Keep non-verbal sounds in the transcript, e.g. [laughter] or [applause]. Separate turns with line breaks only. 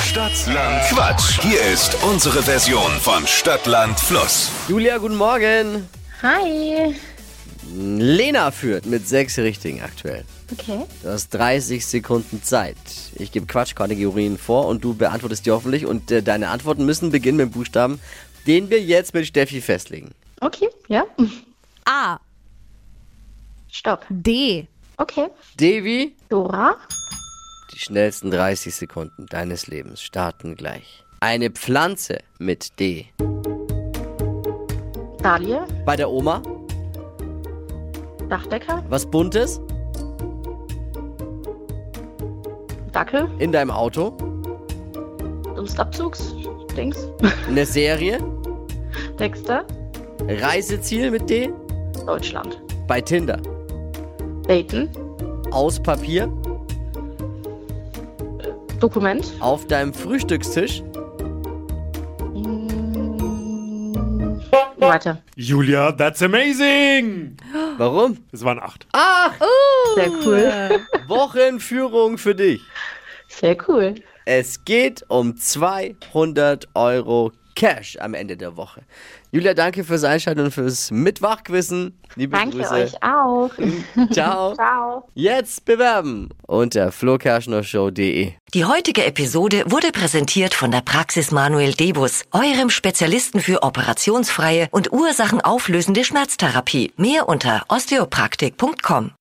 Stadtland Quatsch. Hier ist unsere Version von Stadtland Fluss.
Julia, guten Morgen.
Hi.
Lena führt mit sechs Richtigen aktuell.
Okay.
Du hast 30 Sekunden Zeit. Ich gebe Quatschkategorien vor und du beantwortest die hoffentlich. Und äh, deine Antworten müssen beginnen mit dem Buchstaben, den wir jetzt mit Steffi festlegen.
Okay, ja. [laughs]
A.
Stopp.
D.
Okay.
Devi,
Dora.
die schnellsten 30 Sekunden deines Lebens starten gleich. Eine Pflanze mit D.
Dahlia.
Bei der Oma,
Dachdecker.
was Buntes,
Dackel.
in deinem Auto,
Dunstabzugs. Dings. [laughs]
eine Serie,
Dexter.
Reiseziel mit D,
Deutschland.
bei Tinder,
Dayton.
aus Papier,
Dokument.
auf deinem Frühstückstisch.
Mm, Weiter.
Julia, that's amazing!
Warum?
Es waren acht.
Ach,
Sehr cool.
Wochenführung für dich.
Sehr cool.
Es geht um 200 Euro Cash am Ende der Woche. Julia, danke fürs Einschalten und fürs Mitwachquissen. Liebe
Danke
Grüße.
euch auch.
[laughs] Ciao.
Ciao.
Jetzt bewerben unter flokerschnershow.de.
Die heutige Episode wurde präsentiert von der Praxis Manuel Debus, eurem Spezialisten für operationsfreie und ursachenauflösende Schmerztherapie. Mehr unter osteopraktik.com.